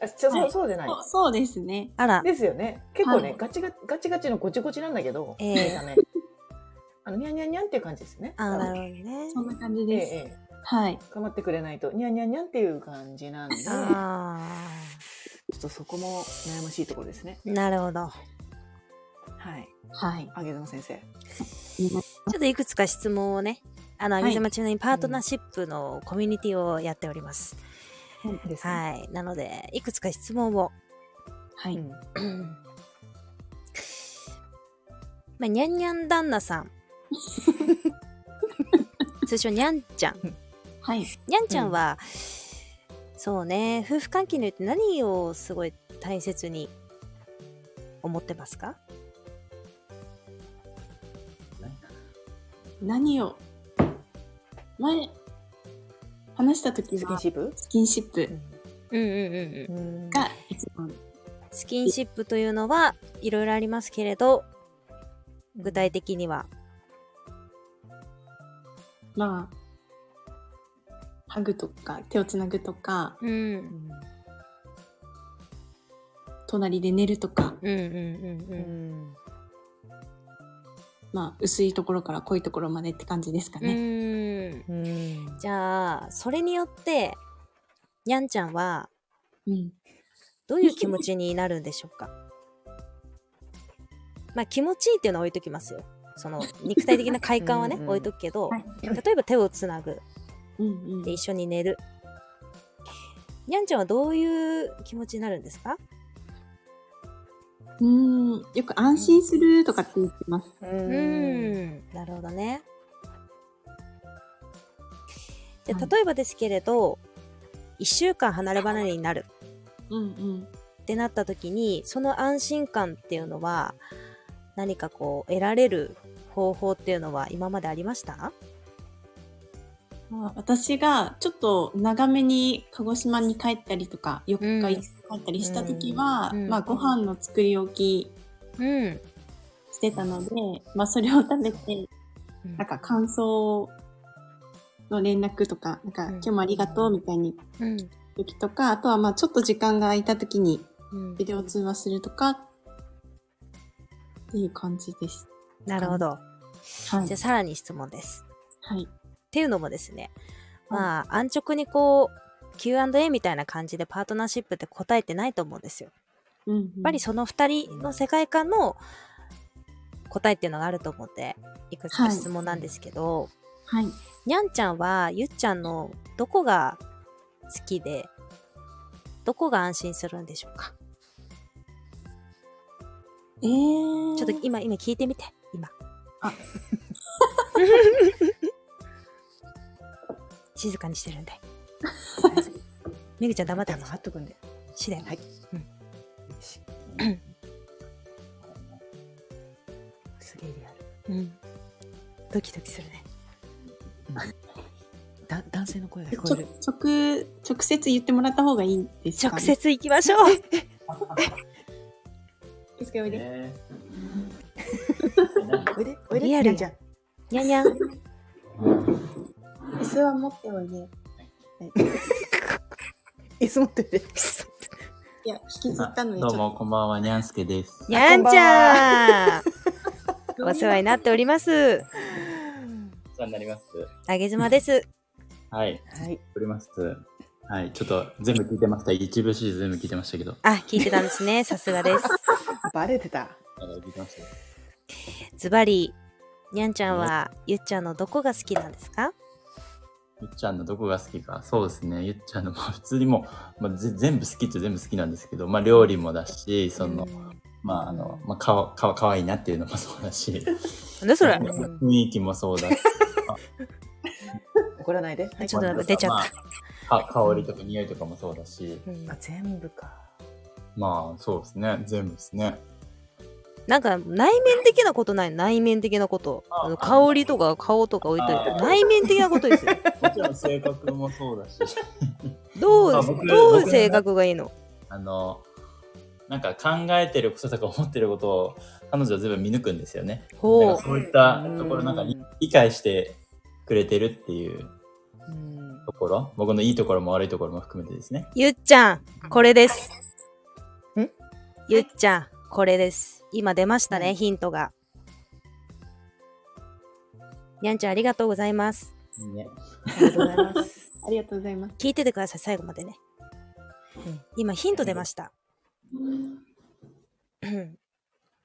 [SPEAKER 2] あちょそ
[SPEAKER 3] は
[SPEAKER 2] う
[SPEAKER 3] い
[SPEAKER 2] そうじゃない
[SPEAKER 3] そうそうですね
[SPEAKER 1] あら。
[SPEAKER 2] ですよね結構ね、
[SPEAKER 3] はい
[SPEAKER 2] ガチガチガチガチのごちごちなんだけど、
[SPEAKER 1] ええ
[SPEAKER 2] 見た目あのニャンニャンニャンっていう感じですね
[SPEAKER 1] あ
[SPEAKER 2] 多
[SPEAKER 1] な
[SPEAKER 2] 分
[SPEAKER 1] るほどね。
[SPEAKER 3] そんな感じ
[SPEAKER 2] ええ
[SPEAKER 3] です、
[SPEAKER 2] ええ
[SPEAKER 3] はい
[SPEAKER 2] 構ってくれないとニャンニャンニャンっていう感じなんでちょ
[SPEAKER 1] あ
[SPEAKER 2] っとそこも悩ましいところですね
[SPEAKER 1] あ、なるほど。
[SPEAKER 2] はい
[SPEAKER 3] はい
[SPEAKER 2] あげずの先生
[SPEAKER 1] ちょっといくつか質問をね、あの、あ
[SPEAKER 3] い
[SPEAKER 1] げざまちなみにパートナーシップのコミュニティをやっております。
[SPEAKER 2] ですね
[SPEAKER 1] はい。なので、いくつか質問を。
[SPEAKER 3] は
[SPEAKER 2] う
[SPEAKER 3] い
[SPEAKER 2] ん
[SPEAKER 1] うんまあ、にゃんにゃん旦那 <laughs> さん。通称にゃんちゃん。
[SPEAKER 3] はい
[SPEAKER 1] にゃんちゃんは、そうね、夫婦関係において何をすごい大切に思ってますか
[SPEAKER 3] 何を前話した時
[SPEAKER 2] スキン
[SPEAKER 3] は
[SPEAKER 2] シップ
[SPEAKER 3] スキンシップ
[SPEAKER 1] うんうんうんうん。
[SPEAKER 2] うん
[SPEAKER 3] が一番
[SPEAKER 1] スキンシップというのはいろいろありますけれど具体的には
[SPEAKER 3] まあハグとか手をつなぐとか
[SPEAKER 1] うん
[SPEAKER 3] 隣で寝るとか、
[SPEAKER 1] うんうんう
[SPEAKER 2] うんん
[SPEAKER 3] まあ、薄いところから濃いところまでって感じですか
[SPEAKER 1] うん
[SPEAKER 3] ね。
[SPEAKER 1] うん
[SPEAKER 2] うん
[SPEAKER 1] じゃあそれによってにゃんちゃんは
[SPEAKER 3] うん。
[SPEAKER 1] どういう気持ちになるんでしょうかまあ気持ちいいっていうのは置いときますよそ
[SPEAKER 2] <laughs>
[SPEAKER 1] の肉体的な快感はね
[SPEAKER 2] うんうん
[SPEAKER 1] 置いとくけど
[SPEAKER 3] はい
[SPEAKER 1] 例えば手をつなぐ
[SPEAKER 3] うんうん
[SPEAKER 1] で一緒に寝るにゃんちゃんはどういう気持ちになるんですか
[SPEAKER 3] うん。よく安心するとかって言ってます。
[SPEAKER 1] う
[SPEAKER 2] うん
[SPEAKER 1] ん、なるほどね。で
[SPEAKER 3] はい
[SPEAKER 1] 例えばですけれど、1週間離れ離れになる
[SPEAKER 3] うんうん。
[SPEAKER 1] ってなった時にその安心感っていうのは何かこう得られる方法っていうのは今までありました
[SPEAKER 3] まあ私がちょっと長めに鹿児島に帰ったりとか、4日
[SPEAKER 1] うん
[SPEAKER 3] 5日帰ったりした時は、
[SPEAKER 1] うん
[SPEAKER 3] まあ、ご飯の作り置き
[SPEAKER 1] うん
[SPEAKER 3] してたので、まあそれを食べて、
[SPEAKER 1] うん
[SPEAKER 3] なんか感想の連絡とか、なんか
[SPEAKER 1] うん
[SPEAKER 3] 今日もありがとうみたいに
[SPEAKER 1] うん
[SPEAKER 3] 時とか、あとはまあちょっと時間が空いた時に
[SPEAKER 1] うん
[SPEAKER 3] ビデオ通話するとか、っていう感じです。
[SPEAKER 1] なるほど。
[SPEAKER 3] はい
[SPEAKER 1] じゃあ。さらに質問です。
[SPEAKER 3] はい。
[SPEAKER 1] っていうのもですね、
[SPEAKER 3] はい
[SPEAKER 1] まあ、安直にこう、Q&A みたいな感じでパートナーシップって答えてないと思うんですよ。
[SPEAKER 3] うん、うん。や
[SPEAKER 1] やっぱりその2人の世界観の答えっていうのがあると思って、いくつか質問なんですけど、
[SPEAKER 3] はい。
[SPEAKER 1] にゃんちゃんはゆっちゃんのどこが好きで、どこが安心するんでしょうか
[SPEAKER 3] えー。
[SPEAKER 1] ちょっと今、今聞いてみて、今。
[SPEAKER 3] あ
[SPEAKER 1] <laughs> 静かにしてるんで。めぐちゃん黙って
[SPEAKER 2] 多
[SPEAKER 1] る
[SPEAKER 2] 分貼っとくんで。
[SPEAKER 1] しだよね。
[SPEAKER 2] はいよしすげえリアル。
[SPEAKER 1] うん。ドキドキするね。
[SPEAKER 2] だ男性の声が聞こえ
[SPEAKER 3] ちょ
[SPEAKER 2] る。
[SPEAKER 3] 直、直接言ってもらった方がいいんですか、
[SPEAKER 1] 直。接行きましょう。
[SPEAKER 3] ですけどね
[SPEAKER 4] え
[SPEAKER 2] おいで、おいで、
[SPEAKER 1] リアルや
[SPEAKER 2] りゃんち
[SPEAKER 1] にゃんにゃん。
[SPEAKER 3] 椅子は持っておいで。
[SPEAKER 2] ゃん椅子持ってって。
[SPEAKER 3] いや、引きずったの
[SPEAKER 4] ー
[SPEAKER 3] で、
[SPEAKER 4] どうも、こんばんは、にゃんすけです。
[SPEAKER 1] にゃんちゃん。お世話になっております。
[SPEAKER 4] お世話になります。
[SPEAKER 1] あげずまです。
[SPEAKER 4] はい、
[SPEAKER 2] はい。
[SPEAKER 4] おります。はい、ちょっと全部聞いてました。一部シリーズ全部聞いてましたけど。
[SPEAKER 1] あ、聞いてたんですね。さすがです。
[SPEAKER 2] バレてた。
[SPEAKER 4] 聞いてましたよ
[SPEAKER 1] ズバリ、にゃんちゃんはゆっちゃんのどこが好きなんですか
[SPEAKER 4] ゆっちゃんのどこが好きか。そうですね。ゆっちゃんの、まあ、普通にもう、まあ、ぜ全部好きって全部好きなんですけど、まあ、料理もだし、その、まあ、あの、まあ、かわ、かわ、かわいいなっていうのもそうだし、
[SPEAKER 1] なんでそれ
[SPEAKER 4] 雰囲気もそうだし、。
[SPEAKER 2] 怒らないで。はい
[SPEAKER 1] <laughs> ちょっと待って出ちゃった
[SPEAKER 4] か香りとか匂いとかもそうだし、
[SPEAKER 1] うん
[SPEAKER 2] あ、全部か。
[SPEAKER 4] まあ、そうですね。全部ですね。
[SPEAKER 1] なんか内面的なことない内面的なこと
[SPEAKER 4] あ
[SPEAKER 1] あの香りとか顔とか置いといて
[SPEAKER 4] あ
[SPEAKER 1] 内面的なことですよ
[SPEAKER 4] もちろん性格もそうだし、
[SPEAKER 1] ど
[SPEAKER 4] あ
[SPEAKER 1] う
[SPEAKER 4] 僕
[SPEAKER 1] どう
[SPEAKER 4] 僕
[SPEAKER 1] 性格がいいの
[SPEAKER 4] あの、なんか考えてることとか思ってることを彼女は全部見抜くんですよね。なん
[SPEAKER 1] ほ
[SPEAKER 4] かそういったところなんか理理解してくれてるっていう
[SPEAKER 2] うん
[SPEAKER 4] ところ、僕のいいところも悪いところも含めてですね。
[SPEAKER 1] ゆっちゃんこれです
[SPEAKER 2] ん
[SPEAKER 1] ゆっちゃんこれです今出ましたね、
[SPEAKER 2] うん
[SPEAKER 1] ヒントがにゃんちゃんありがとうございます
[SPEAKER 4] ね
[SPEAKER 2] ありがとうございます。
[SPEAKER 3] ありがとうございます。
[SPEAKER 1] 聞いててください最後までね、
[SPEAKER 2] うん
[SPEAKER 1] 今ヒント出ました、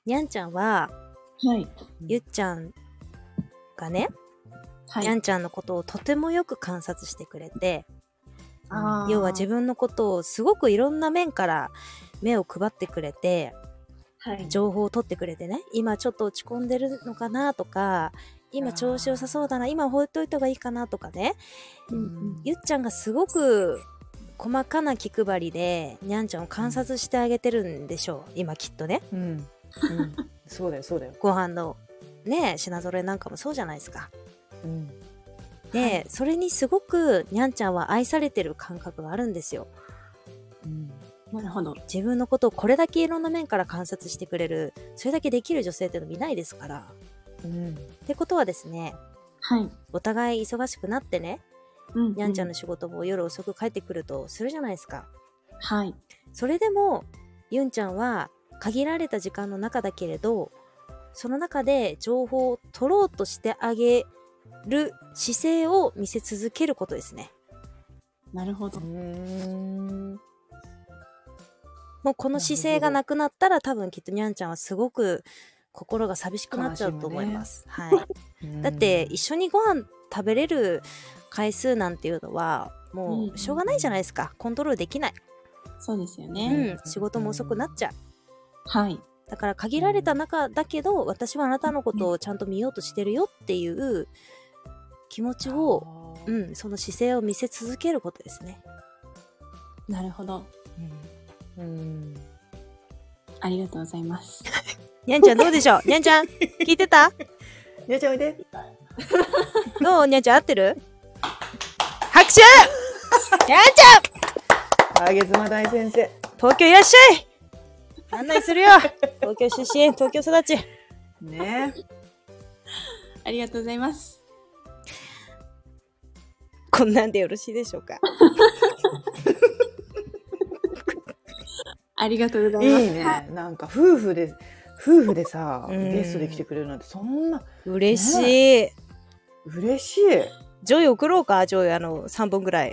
[SPEAKER 1] にゃんちゃんは
[SPEAKER 3] はい。
[SPEAKER 1] ゆっちゃんがね、
[SPEAKER 3] は
[SPEAKER 1] にゃ
[SPEAKER 3] い。
[SPEAKER 1] んちゃんのことをとてもよく観察してくれて
[SPEAKER 3] あー
[SPEAKER 1] 要は自。分のことをすごくいろんな面から目を配ってくれて
[SPEAKER 3] はい。
[SPEAKER 1] 情報を取ってくれてね今ちょっと落ち込んでるのかなとか今調子良さそうだな今放っといた方がいいかなとかね
[SPEAKER 3] うんうん
[SPEAKER 1] ゆっちゃんがすごく細かな気配りでにゃんちゃんを観察してあげてるんでしょう今きっとね
[SPEAKER 2] うん。うんそうだよ、そうだよ。
[SPEAKER 1] ご飯のね品揃えなんかもそうじゃないですか。
[SPEAKER 2] うん。
[SPEAKER 1] で、
[SPEAKER 3] はい
[SPEAKER 1] それにすごくにゃんちゃんは愛されてる感覚があるんですよ。
[SPEAKER 2] うん
[SPEAKER 3] なるほど。
[SPEAKER 1] 自分のことをこれだけいろんな面から観察してくれるそれだけできる女性っていうのもいないですから。
[SPEAKER 2] うん。
[SPEAKER 1] ってことはですね
[SPEAKER 3] はい。
[SPEAKER 1] お互い忙しくなってね
[SPEAKER 3] うん
[SPEAKER 1] にゃんちゃんの。仕事も夜遅く帰ってくるとするじゃないですか。
[SPEAKER 3] はい。
[SPEAKER 1] それでもゆんちゃんは限られた時間の中だけれどその中で情報を取ろうとしてあげる姿勢を見せ続けることですね。
[SPEAKER 3] なるほど
[SPEAKER 2] う。ん。
[SPEAKER 1] もうこの姿勢がなくなったら多分きっとにゃんちゃんはすごく心が寂しくなっちゃうと思います。はい、だって一緒にご飯食べれる回数なんていうのはも
[SPEAKER 3] うん
[SPEAKER 1] うしょうがないじゃないですかコントロールできない、
[SPEAKER 3] そうですよ
[SPEAKER 1] う
[SPEAKER 3] ね。
[SPEAKER 1] ん、仕事も遅くなっちゃう
[SPEAKER 3] はい。
[SPEAKER 1] だから限られた中だけど私はあなたのことをちゃんと見ようとしてるよっていう気持ちを、う
[SPEAKER 2] うん
[SPEAKER 1] ん、その姿勢を見せ続けることですね。
[SPEAKER 3] なるほど。
[SPEAKER 2] うん。
[SPEAKER 3] ありがとうございます。
[SPEAKER 1] にゃんちゃんどうでしょうにゃんちゃん聞いてた
[SPEAKER 2] にゃちゃんおいで。
[SPEAKER 1] どうにゃんちゃん合ってる拍手にゃんちゃん
[SPEAKER 2] あげずま大先生。
[SPEAKER 1] <laughs> 東京いらっしゃい案内するよ東京出身東京育ち
[SPEAKER 2] ね。
[SPEAKER 3] ありがとうございます。
[SPEAKER 1] こんなんでよろしいでしょうか。
[SPEAKER 3] ありがとうござ
[SPEAKER 2] い
[SPEAKER 3] います。
[SPEAKER 2] いね。なんか夫婦で、夫婦でさ、
[SPEAKER 1] うん
[SPEAKER 2] ゲストで来てくれるなんて、そんな
[SPEAKER 1] 嬉しい。
[SPEAKER 2] 嬉しい。
[SPEAKER 1] ジョイ送ろうか、ジョイ、あの、3本ぐ <laughs> らい。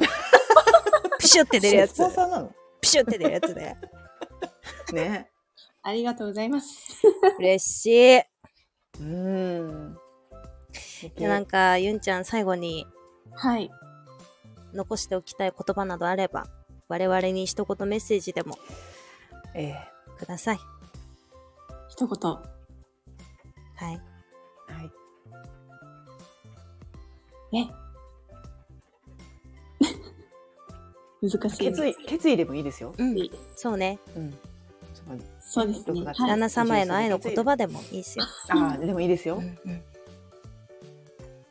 [SPEAKER 1] プシュって出るやつ
[SPEAKER 2] スポ。ンサーなの
[SPEAKER 1] プシュって出るやつね。
[SPEAKER 2] ね。
[SPEAKER 3] ありがとうござ
[SPEAKER 1] <laughs>
[SPEAKER 3] います。
[SPEAKER 1] 嬉しい。
[SPEAKER 2] うん。
[SPEAKER 1] でなんか、ユンちゃん、最後に
[SPEAKER 3] はい。
[SPEAKER 1] 残しておきたい言葉などあれば、我々に一言メッセージでも
[SPEAKER 2] ええ
[SPEAKER 1] ください。
[SPEAKER 3] 一言。
[SPEAKER 1] はい。
[SPEAKER 2] はい。
[SPEAKER 3] ね。難しいです
[SPEAKER 2] 決意、決意でもいいですよ。
[SPEAKER 1] うん。そうね。
[SPEAKER 2] うん。そう
[SPEAKER 3] そうですね。
[SPEAKER 2] はい
[SPEAKER 1] 旦
[SPEAKER 3] は
[SPEAKER 1] 那様への愛の言葉でもいいですよ。
[SPEAKER 2] ああ、でもいいですよ。
[SPEAKER 3] い。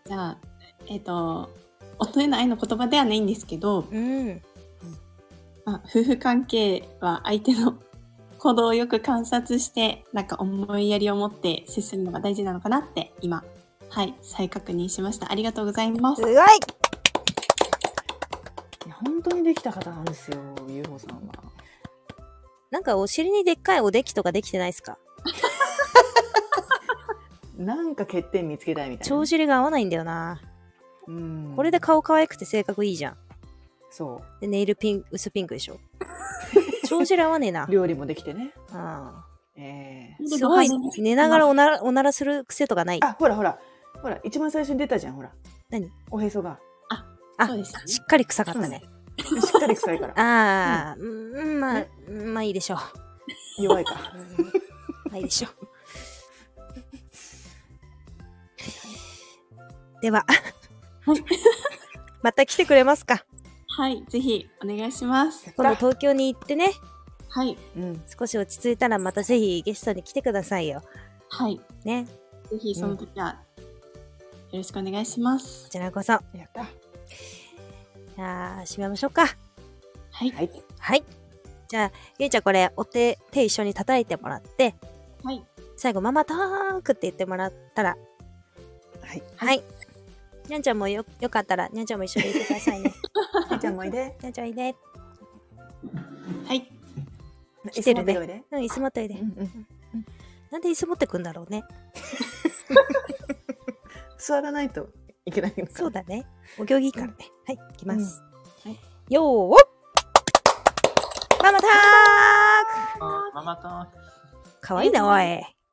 [SPEAKER 3] じゃあ、えっ、と、夫への愛の言葉ではないんですけど、
[SPEAKER 1] うん。
[SPEAKER 3] まあ、夫婦関係は相手の行動をよく観察して、なんか思いやりを持って接するのが大事なのかなって、今、はい、再確認しました。ありがとうございま
[SPEAKER 1] す
[SPEAKER 3] す
[SPEAKER 1] ご。い
[SPEAKER 2] いや本当にできた方なんですよ、ゆうほさんは。
[SPEAKER 1] なんかお尻にでっかいおできとかできてないですか
[SPEAKER 2] なんか欠点見つけたいみたいな
[SPEAKER 1] 帳。尻が合わないんだよな。
[SPEAKER 2] うん
[SPEAKER 1] これで顔可愛くて性格いいじゃん。
[SPEAKER 2] そ
[SPEAKER 1] で、ネイルピン、薄ピンクでしょ。帳尻合わねえな
[SPEAKER 2] う。。料理もできてね。
[SPEAKER 1] あ
[SPEAKER 2] ええ
[SPEAKER 1] ーすごい、寝ながらおなら、おならする癖とかない。
[SPEAKER 2] あ、ほらほら。ほら、一番最初に出たじゃん、ほら。
[SPEAKER 1] 何
[SPEAKER 2] おへそが。
[SPEAKER 1] あ
[SPEAKER 3] そうですよね
[SPEAKER 1] しっかり臭かったね。
[SPEAKER 2] しっかり臭いから。
[SPEAKER 1] <laughs> ああ、うん、まあ、まあいいでしょう。
[SPEAKER 2] 弱いか。
[SPEAKER 1] うんまあいいでしょう。では
[SPEAKER 3] はい、
[SPEAKER 1] <laughs> また来てくれますか
[SPEAKER 3] はい、ぜひお願いします。
[SPEAKER 1] 今度東京に行ってね、
[SPEAKER 3] はい、
[SPEAKER 2] うん。
[SPEAKER 1] 少し落ち着いたらまたぜひゲストに来てくださいよ。
[SPEAKER 3] はい、
[SPEAKER 1] ね、
[SPEAKER 3] ぜひその時は、よろしくお願いします
[SPEAKER 1] こ。ちらこそ。
[SPEAKER 2] やった。は
[SPEAKER 1] じゃあ、締めましょうか。
[SPEAKER 3] はい、
[SPEAKER 2] い。
[SPEAKER 1] はい。じゃあ、ゆいちゃんこれ、お手、手一緒に叩いてもらって、
[SPEAKER 3] はい、
[SPEAKER 1] 最後、ママトークって言ってもらったら、
[SPEAKER 2] はい。
[SPEAKER 1] はい。にゃんちゃんもよ、よかったら、にゃんちゃんも一緒にいてくださいね。 <laughs>
[SPEAKER 2] ひーちゃんもおいで。
[SPEAKER 1] にゃんちゃんおいで。
[SPEAKER 3] はい、
[SPEAKER 1] <laughs> 来てるね
[SPEAKER 2] 椅子持っておいで。
[SPEAKER 1] うん、椅子持っておいで。
[SPEAKER 2] うんうん
[SPEAKER 1] なんで椅子持ってくんだろうね。
[SPEAKER 2] 座らないといけないのか
[SPEAKER 1] そう。だね。お行儀いいからね。はい、行きます。
[SPEAKER 3] うんは
[SPEAKER 1] よーおママター
[SPEAKER 4] ママと
[SPEAKER 1] クかわいいな、おい。